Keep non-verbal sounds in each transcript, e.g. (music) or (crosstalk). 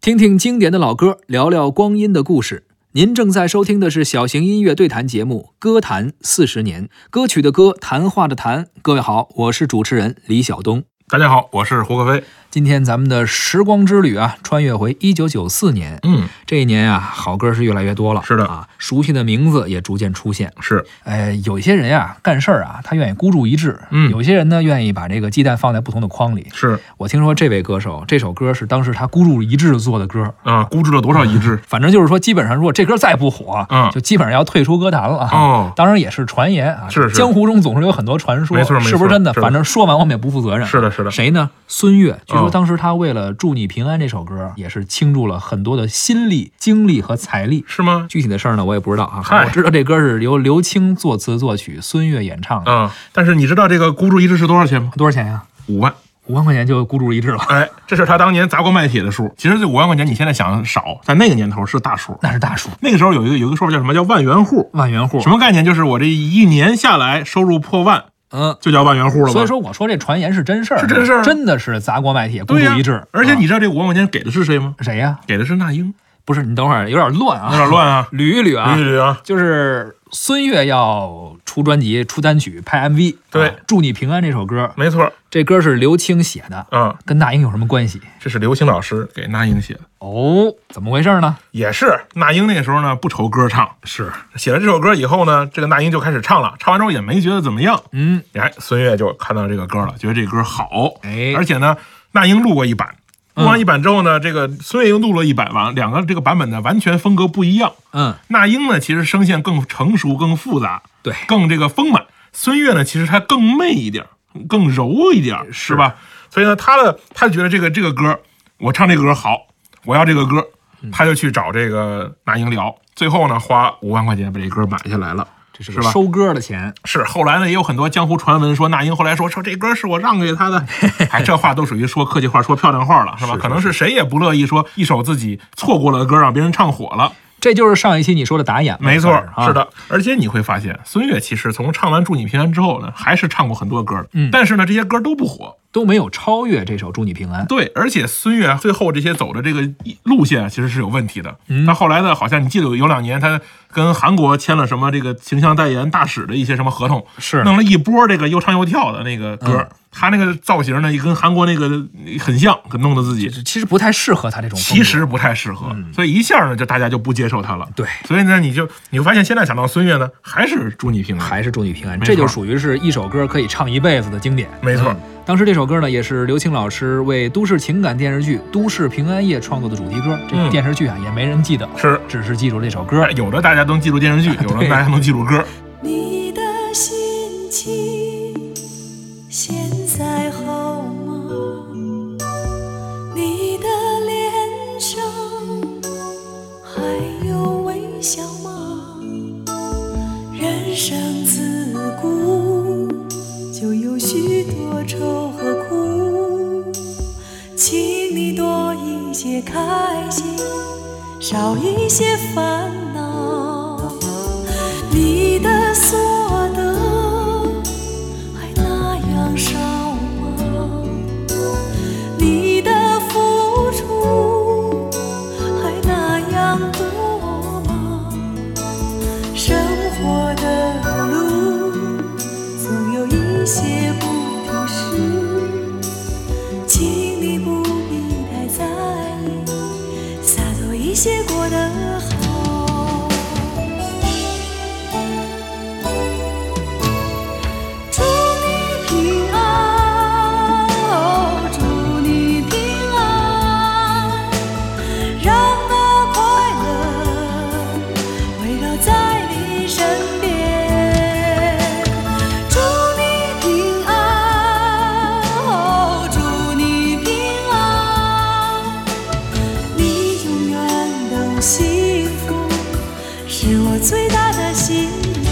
听听经典的老歌，聊聊光阴的故事。您正在收听的是小型音乐对谈节目《歌坛四十年》，歌曲的歌，谈话的谈。各位好，我是主持人李晓东。大家好，我是胡可飞。今天咱们的时光之旅啊，穿越回一九九四年。嗯，这一年啊，好歌是越来越多了，是的啊，熟悉的名字也逐渐出现。是，呃，有些人啊，干事儿啊，他愿意孤注一掷；嗯有些人呢，愿意把这个鸡蛋放在不同的筐里。是我听说这位歌手这首歌是当时他孤注一掷做的歌，啊，估值了多少一致？反正就是说，基本上如果这歌再不火，嗯就基本上要退出歌坛了啊。哦当然也是传言啊，是是江湖中总是有很多传说，没错没错是不是真的？是的反正说完我们也不负责任。是的，是的，谁呢？孙悦。据说哦当时他为了《祝你平安》这首歌，也是倾注了很多的心力、精力和财力。 (laughs) 是吗？具体的事儿呢，我也不知道啊。嗨我知道这歌是由刘青作词作曲，孙悦演唱的。啊，但是你知道这个孤注一掷是多少钱吗？多少钱呀、五万。五万块钱就孤注一掷了， (laughs) 哎，这是他当年砸锅卖铁的数。其实这五万块钱，你现在想少，在那个年头是大数。那是大数，那个时候有一个有一个说法叫什么叫万元户？万元户什。么概念？就是我这一年下来收入破万，嗯，就叫万元户了吧？所以说我说这传言是真事儿，啊是真事儿啊真的是砸锅卖铁，孤对呀注一掷。而且啊你知道这五万块钱给的是谁吗？谁呀、给的是那英，不是，你等会儿有点乱啊， (laughs) 有点，乱啊，捋一捋啊。捋一捋啊。就是孙悦要出专辑、出单曲、拍 MV，对啊祝你平安》这首歌，没错，这歌是刘青写的，啊，跟那英有什么关系？这是刘星老师给那英写的。哦，怎么回事呢？也是那英那个时候呢不愁歌唱，是，写了这首歌以后呢，这个那英就开始唱了，唱完之后也没觉得怎么样。嗯，哎，孙悦就看到这个歌了，觉得这歌好，哎而且呢，那英录过一版，嗯录完一版之后呢，这个孙悦又录了一版，完两个这个版本呢完全风格不一样。嗯，那英呢其实声线更成熟、更复杂、对，更这个丰满，孙悦呢其实他更媚一点儿，更柔一点儿，是吧？所以呢，他的他觉得这个这个歌，我唱这个歌好，我要这个歌，嗯他就去找这个那英聊，最后呢花五万块钱把这歌买下来了。这是是吧收歌的钱，是，后来呢，也有很多江湖传闻说，那英后来说说这歌是我让给他的， (laughs) 哎，这话都属于说客气话、说漂亮话了，是吧？是可能是谁也不乐意说一首自己错过了的歌让别人唱火了，这就是上一期你说的打眼，没错，啊是，的。而且你会发现，孙悦其实从唱完《祝你平安》之后呢，还是唱过很多歌的，嗯但是呢，这些歌都不火。都没有超越这首《祝你平安》。对，而且孙悦最后这些走的这个路线啊其实是有问题的。嗯他后来呢，好像你记得有有两年，他跟韩国签了什么这个形象代言大使的一些什么合同，是弄了一波这个又唱又跳的那个歌，他那个造型呢也跟韩国那个很像，给弄得自己其实不太适合他这种风格。其实不太适合，所以一下呢就大家就不接受他了。对，所以呢，你就你会发现，现在想到孙悦呢，还是祝你平安。还是祝你平安，嗯没错这就属于是一首歌可以唱一辈子的经典。没错嗯当时这首歌呢，也是刘青老师为都市情感电视剧《都市平安夜》创作的主题歌。这嗯电视剧啊，也没人记得，是，只是记住这首歌哎。有的大家能记住电视剧，有的大家能记住歌。你的心情现在好吗？你的脸上还有微笑吗？人生自古就有许多愁和苦，请你多一些开心，少一些烦恼。你的所得还那样少吗？你的付出还那样多吗？生活的路总有一些不平时，请你不必太在意，洒脱一些过得好。祝你平安，哦，祝你平安，让那快乐围绕在你身边。祝你平安，哦，祝你平安，你永远都幸福，是我最大的心愿。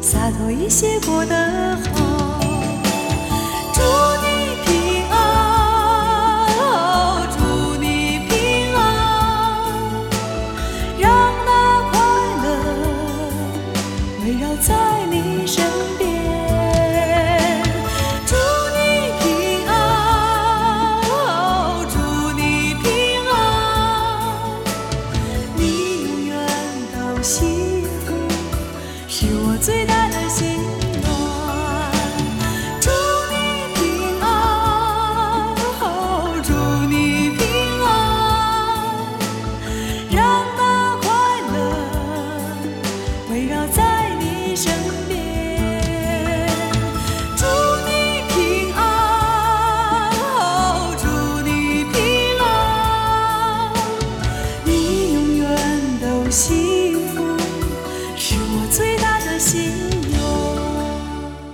洒脱一些过得好。祝你平安，哦祝你平安，让那快乐围绕在你身边。祝你平安，祝你平安，你永远都幸福，是我最大。哦